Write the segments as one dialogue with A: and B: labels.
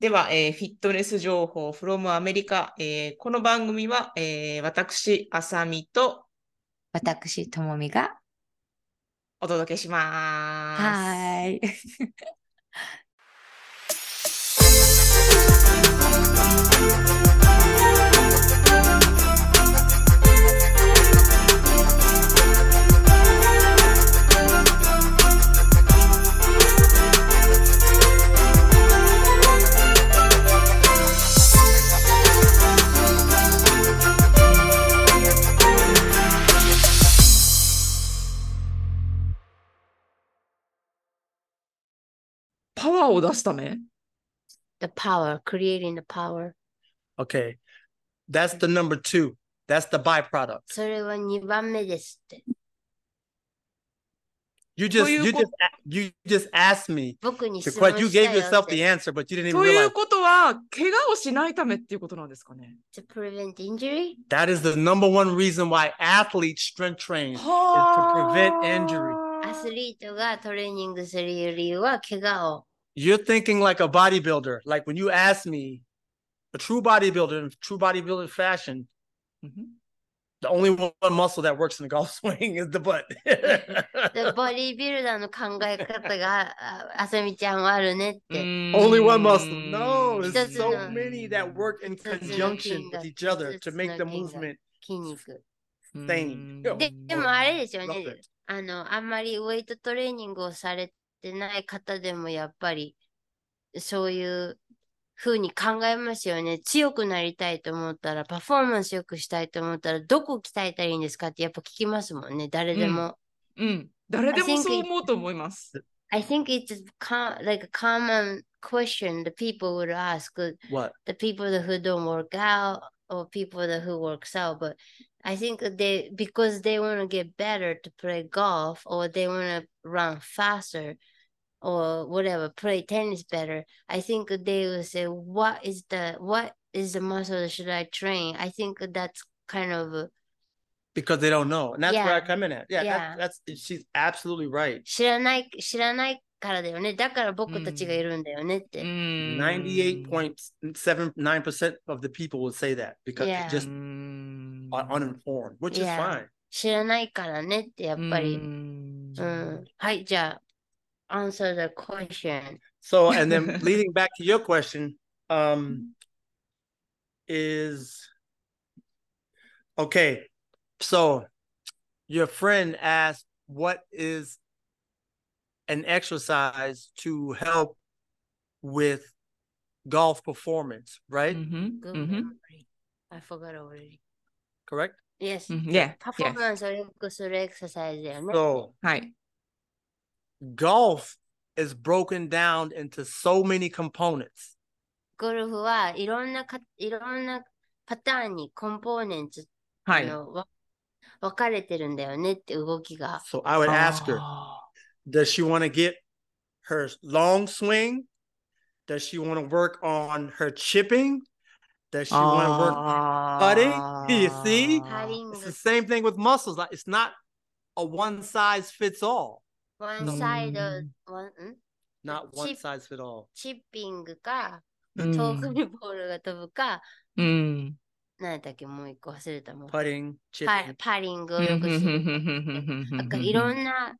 A: では、えーフィットネス情報 from アメリカ。えーこの番組は、えー私、あさみと
B: 私、ともみが。
A: お届けします。
B: はーい。
A: パワーを出すため
B: The power, creating the power.
C: Okay. That's the number two. That's the byproduct.
B: それは2番目ですって。
C: You just
A: you
C: you
A: go-
C: just you just asked me
B: 僕に
C: the
B: 質問
C: question.
B: し
C: You
B: た
C: gave
B: よ
C: yourself
B: って
C: the answer, but you didn't
A: と
C: even
A: い
C: realize
A: うことは、怪我をしないためっていうことなんですかね。
B: To prevent injury?
C: that is the number one reason why athletes strength train. prevent injury.
B: アスリートがトレーニングする理由は怪我を。
C: You're thinking like a bodybuilder. Like when you asked me, a true bodybuilder in true bodybuilder fashion,
A: うん。
C: the only one muscle that works in the golf swing is the butt.
B: でボディービルダーの考え方が、ああさみちゃんはあるねって。
C: Only one muscle.
A: Mm.
C: No,
B: Doesn't
C: there's
B: know.
C: so many that work in
B: Doesn't know
C: conjunction
B: Kinga.
C: with each other to
B: Doesn't know
C: make the
B: Kinga.
C: movement.
B: 筋肉。
C: thing.
B: で、
C: うん
B: でもあれですよね
C: Love it.。
B: あの、あんまりウェイトトレーニングをされてない方でもやっぱり、そういう風に考えますよね。強くなりたいと思ったら、パフォーマンス良くしたいと思ったら、どこ鍛えたらいいんですかってやっぱ聞きますもんね。誰でも。
A: うん。誰でもそう思うと思います。
B: I think it's a com like a common question the people would ask
C: What?
B: the people that who don't work out or people that who works out but i think they because they want to get better to play golf or they want to run faster or whatever play tennis better i think they will say what is the what is the muscle that should i train i think that's kind of
C: Because they don't know. And that's where
B: Yeah.
C: I come in at. Yeah,
B: Yeah.
C: That's, that's she's absolutely right.
B: 知らない知らないからだよねだから僕たちがいるんだよねって、
A: Mm.
C: Ninety-eight point seven nine percent of the people will say that because
B: Yeah.
C: they just
A: うん。
C: are uninformed, which
B: Yeah.
C: is fine.
B: 知らないからねってやっぱり、
A: うん
B: うん、はいじゃあ answer the question
C: So and then leading back to your question, um is okay. So your friend asked what is an exercise to help with golf performance, right?
A: うんう
B: Good
A: ん
B: memory. I forgot already.
C: Correct?
B: Yes.
A: うん Yeah.
B: パフォー
A: Yes.
B: マンスを良くするエクササイズだよね。
C: So
A: はい。
C: golf is broken down into so many components.
B: ゴルフはいろんなかいろんなパターンにコンポーネンツ、
A: は
B: あ
A: い。
B: のわ分かれてるんだよねって動きが。
C: So I would ask her,
A: あ
C: does she want to get her long swing? Does she want to work on her chipping? Does she want
A: Ah. あ
C: Do you see?
B: カーリン
C: to
B: グ
C: work? It's the same thing with muscles. Like it's not a one size fits all.
B: one side
A: うん
B: one ん
C: Not one
B: Chip-
C: size fit all.
B: チッピングか
A: うん
B: 遠くにボールが飛ぶか、
A: うん。
B: 何だっけもう一個忘れたもん。
C: Putting, chipping.
B: パパリング
A: う
B: を
A: ん
B: よくする。なんかいろ
A: なん
B: な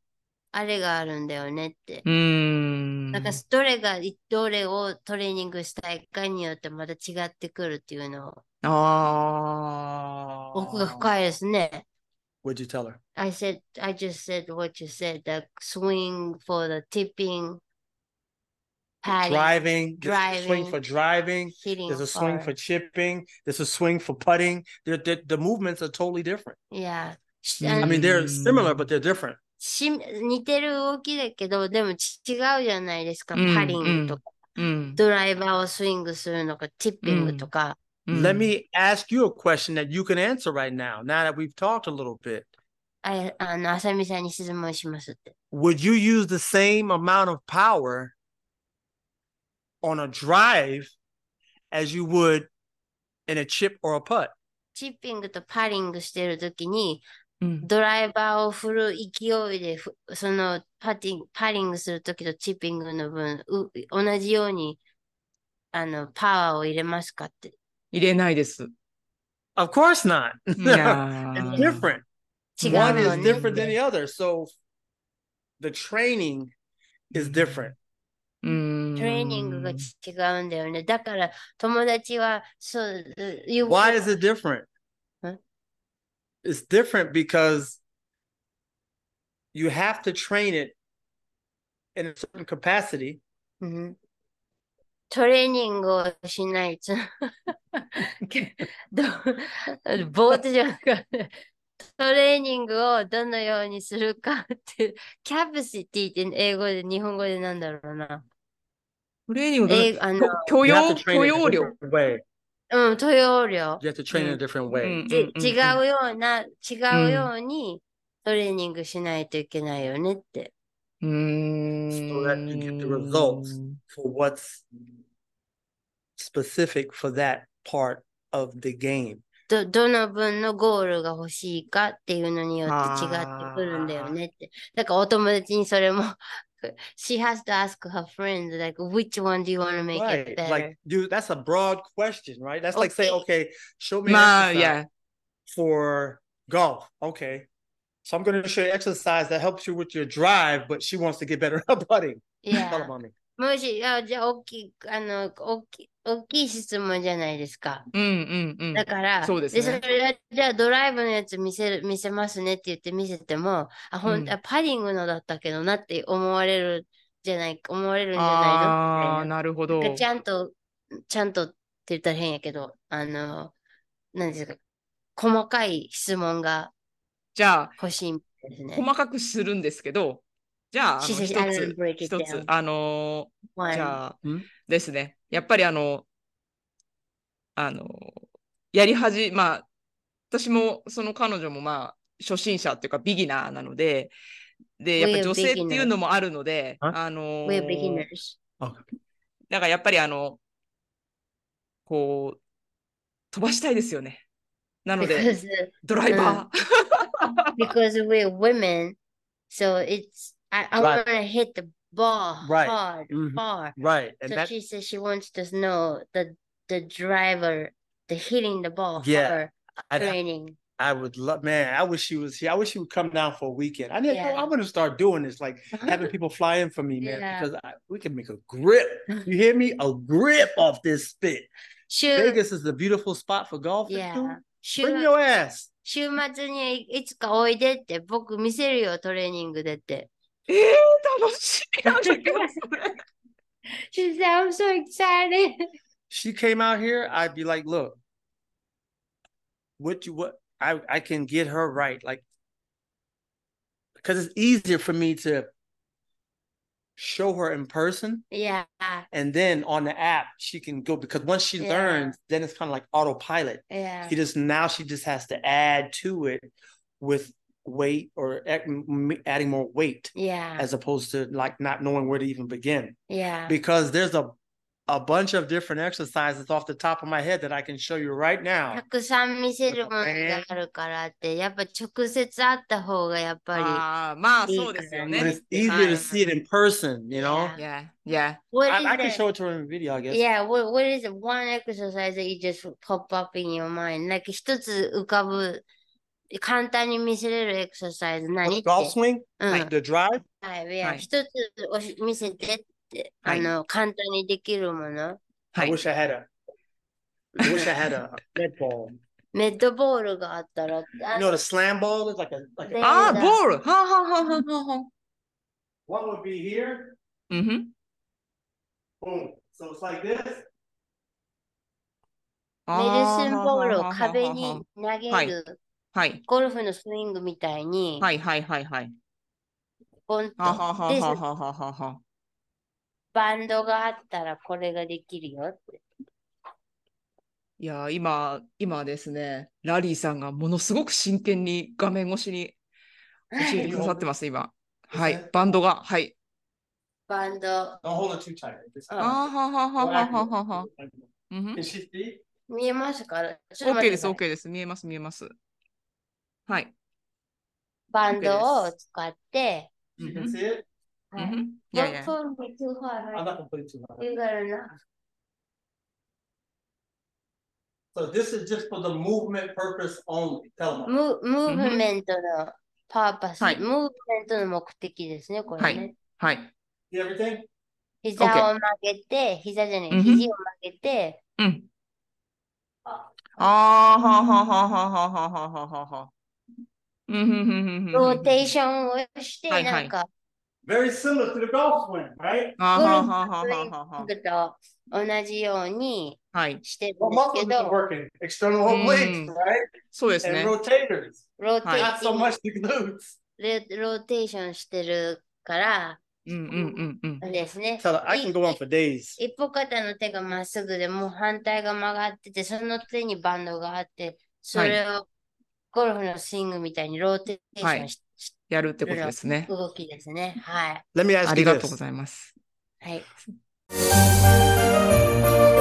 B: あれがあるんだよねって。
A: うん。
B: なんかどれがどれをトレーニングしたいかによってまた違ってくるっていうのを
A: ああ。
B: 奥が深いですね。
C: What'd you tell her?
B: I said, I just said what you said, the swing for the tipping, padding,
C: Driving. There's a swing
B: driving.
C: for driving.
B: hitting.
C: There's a swing
B: or-
C: for chipping. There's a swing for putting. The, the, the movements are totally different.
B: Yeah. し
A: うん
B: あ
C: I
B: の
C: mean, they're similar, but they're different.
B: し似てる動きだけど、でもち違うじゃないですか。
A: うん
B: パリングとか、
A: うん。
B: ドライバーをスイングするのか、ティッピングとか。
A: Mm.
C: Let me ask you a question that you can answer right now. Now that we've talked a little bit,
B: あやあの、あさみさんに質問しますって。
C: would you use the same amount of power on a drive as you would in a chip or a putt?
B: チッピングとパリングしてるときに、
A: うん。
B: ドライバーを振る勢いでふ、そのパティン、パリングするときとチッピングの分、う同じようにあの、パワーを入れますかって。
A: 入れないです。
C: Of course not.
A: いやー
C: it's different.
B: 違う
C: One
B: も
C: is
B: んね。
C: different than the other. So the training is different.
A: うーん
B: トレーニングが違うんだよね。だから友達は、そう、you
C: Why is it different?
B: Huh?
C: It's different because you have to train it in a certain capacity.
B: うんトレーニングをしな いとどうぼーっとじゃなくてトレーニングをどのようにするかってキャパシティって英語で日本語でなんだろうな、
A: トレーニングが
B: えあの
A: 許
C: You
A: 容
C: have to
A: 許
C: train it
A: 容
C: in a
A: 量。
C: different way.
B: うん、許容量
C: You have to train in a different way.
B: で違
A: うん
B: うような違うようにトレーニングしないといけないよねって
A: うん。
C: So that you get the results. For what's specific for that part of the game.
B: どどの分のゴールが欲しいかっていうのによって違ってくるんだよねって。だからお友達にそれも She has to ask her friends like which one do you want to make it
C: Right.
B: better?
C: Like, dude, that's a broad question, right? That's like saying, okay, show me an
A: まあ、い
C: exercise
A: や、
C: for golf. Okay. So I'm going to show you exercise that helps you with your drive, but she wants to get better at putting. Tell
B: yeah.
C: about me.
B: もしあじゃあ大きいあの大きい大きい質問じゃないですか。
A: うんうんうん。
B: だから、
A: そうですね
B: それはじゃあドライブのやつ見せる見せますねって言って見せても、あ、ほん、
A: うん
B: あパディングのだったけどなって思われるじゃない、思われるんじゃないのみたい
A: あ
B: な
A: あ、なるほど。
B: ちゃんと、ちゃんとって言ったら変やけど、あの、何ですか、細かい質問が
A: じゃあ、
B: 欲しいみたいですね。
A: 細かくするんですけど、じゃあ、あの
B: she
A: 一
B: says, I will
A: つ、
B: break it
A: 一つ
B: down.
A: あの
B: One.
A: じゃあ
C: うん
A: ですね、やっぱりあの、あの、やり始め、まあ、私もその彼女もまあ、初心者っていうか、ビギナーなので、で、やっぱ
B: We're
A: 女性っていうのもあるので、
C: beginners.
A: あの
B: We're beginners.
A: だからやっぱりあの、こう、飛ばしたいですよね。なので、
B: Because,
A: ドライバー。
B: because we're women, so it's, I, I want
C: Right.
B: to hit the ball
C: Right.
B: hard,
C: Mhm.
B: far.
C: Right. And
B: So
C: that,
B: she says she wants to know the, the driver, the hitting the ball
C: Yeah.
B: for
C: I,
B: training.
C: I would love, man, I wish she was here. I wish she would come down for a weekend. I need,
B: Yeah.
C: I'm going to start doing this, like having people fly in for me, man,
B: Yeah.
C: because I, we can make a grip. You hear me? A grip off this spit.
B: Shoot,
C: Vegas is a beautiful spot for golf.
B: yeah. Shoot.
C: Bring your ass.
B: 週末にいつかおいでって僕見せるよトレーニングでって。
A: ええ楽しいなんだけどそれ
B: She said, I'm so excited.
C: she came out here, I'd be like, look, what you what I I can get her right, like because it's easier for me to show her in person
B: Yeah,
C: and then on the app she can go because once she
B: Yeah.
C: learns, then it's kind of like autopilot.
B: yeah.
C: She just now she just has to add to it with weight or add- m- adding more weight
B: Yeah,
C: as opposed to like not knowing where to even begin
B: yeah.
C: because there's a a bunch of different exercises off the top of my head that I can show you right
B: た
C: now.
B: くさん見せるものがあるからって、やっぱ直接会った方がやっぱ
A: ああ、まあ
B: いい
A: そうですよ
B: か
C: But
A: ね
B: Yes,
C: it's。easier to see it in person, you know.
B: Yeah.
A: いや、いや、
B: り。What
C: I, I can
B: is
C: show it to her in video, I
B: the,
C: guess.
B: yeah, what, what is the one exercise that you just pop up in your mind? Like 一つ浮かぶ、簡単に見せれるエクササイズ何って。
C: Golf swing,
B: うん
C: like the drive.
B: はい、いや、
A: はい
B: 一つおし見せてって、
A: はい
B: あの、簡単にできるもの。
A: は
C: I
A: い。
C: wish I had a. I wish I had a net ball.
B: メッドボールがあったら、あ
C: You know the slam ball is like a like a,
B: There.
A: ああ、ボール。はあはあはあはあはあ。
C: one would be here.
A: うんふん。
C: Boom. So it's like this.
B: メディスンボールを壁
A: は
B: に投げ
A: はい
B: る、
A: あはい。
B: ゴルフのスイングみたいに、
A: はいはいはいはい。
B: ポンと
A: はあはあはあ
B: で
A: はあはあはあはあ。
B: バンドがあったらこれができるよって。
A: いやー、今、今ですね、ラリーさんがものすごく真剣に画面越しに教えてくださってます、今。はい。バンドが。はい。
B: バンド、
C: Don't hold it too tight. Just-
A: ああはあはあはあはあはあはあ。うんふん
C: Can she see?
B: 見えますかちょっと
A: OK
B: 待って
A: です、
B: ください
A: OK です。見えます、見えます。はい。
B: バンド
A: OK
B: を
A: で
B: 使って、
C: You can see it.
A: うんふんいやいや
B: Don't pull me too hard.
C: I'm not gonna put it too hard.
B: You gotta not.
C: So this is just for the movement purpose only. Tell them.
B: ムムーブメントのパーパス、
A: はい
B: ムーブメントの目的ですね、これね。
A: はい。
C: See everything?
B: 膝を曲げて、膝じゃない、
A: うんふん
B: 肘を曲げて、
A: うん。ああ、はあはあはあはあはあはあはあはあはあ。うんうんうんうんうん
B: ローテーションをして、
A: はいは
B: ないんか、
C: Very similar to the golf swing, right?
A: あーはあはあはあ
B: ゴル
A: は
B: フ
A: あはあは
B: と同じように
A: あ。はい。
B: してる
C: What
B: んですけ
C: muscles are
B: ど、
C: working? External obliques,
A: Mm.
C: right?
A: そうです
C: And
A: ね。
C: rotators.
B: ローテー
C: Not so much the glutes.
B: レローテーションしてるから
A: うんうんうんうん。
B: ですね。
C: Tell her I can go on for days.
B: 一方片の手がまっすぐでもう反対が曲がっててその手にバンドがあってそれをゴルフのスイングみたいにローテーションし
A: やるってことですね。
B: 動きですね。はい。
C: Let me ask
A: あ
C: you
A: りがとう
C: this.
A: ございます。
B: はい。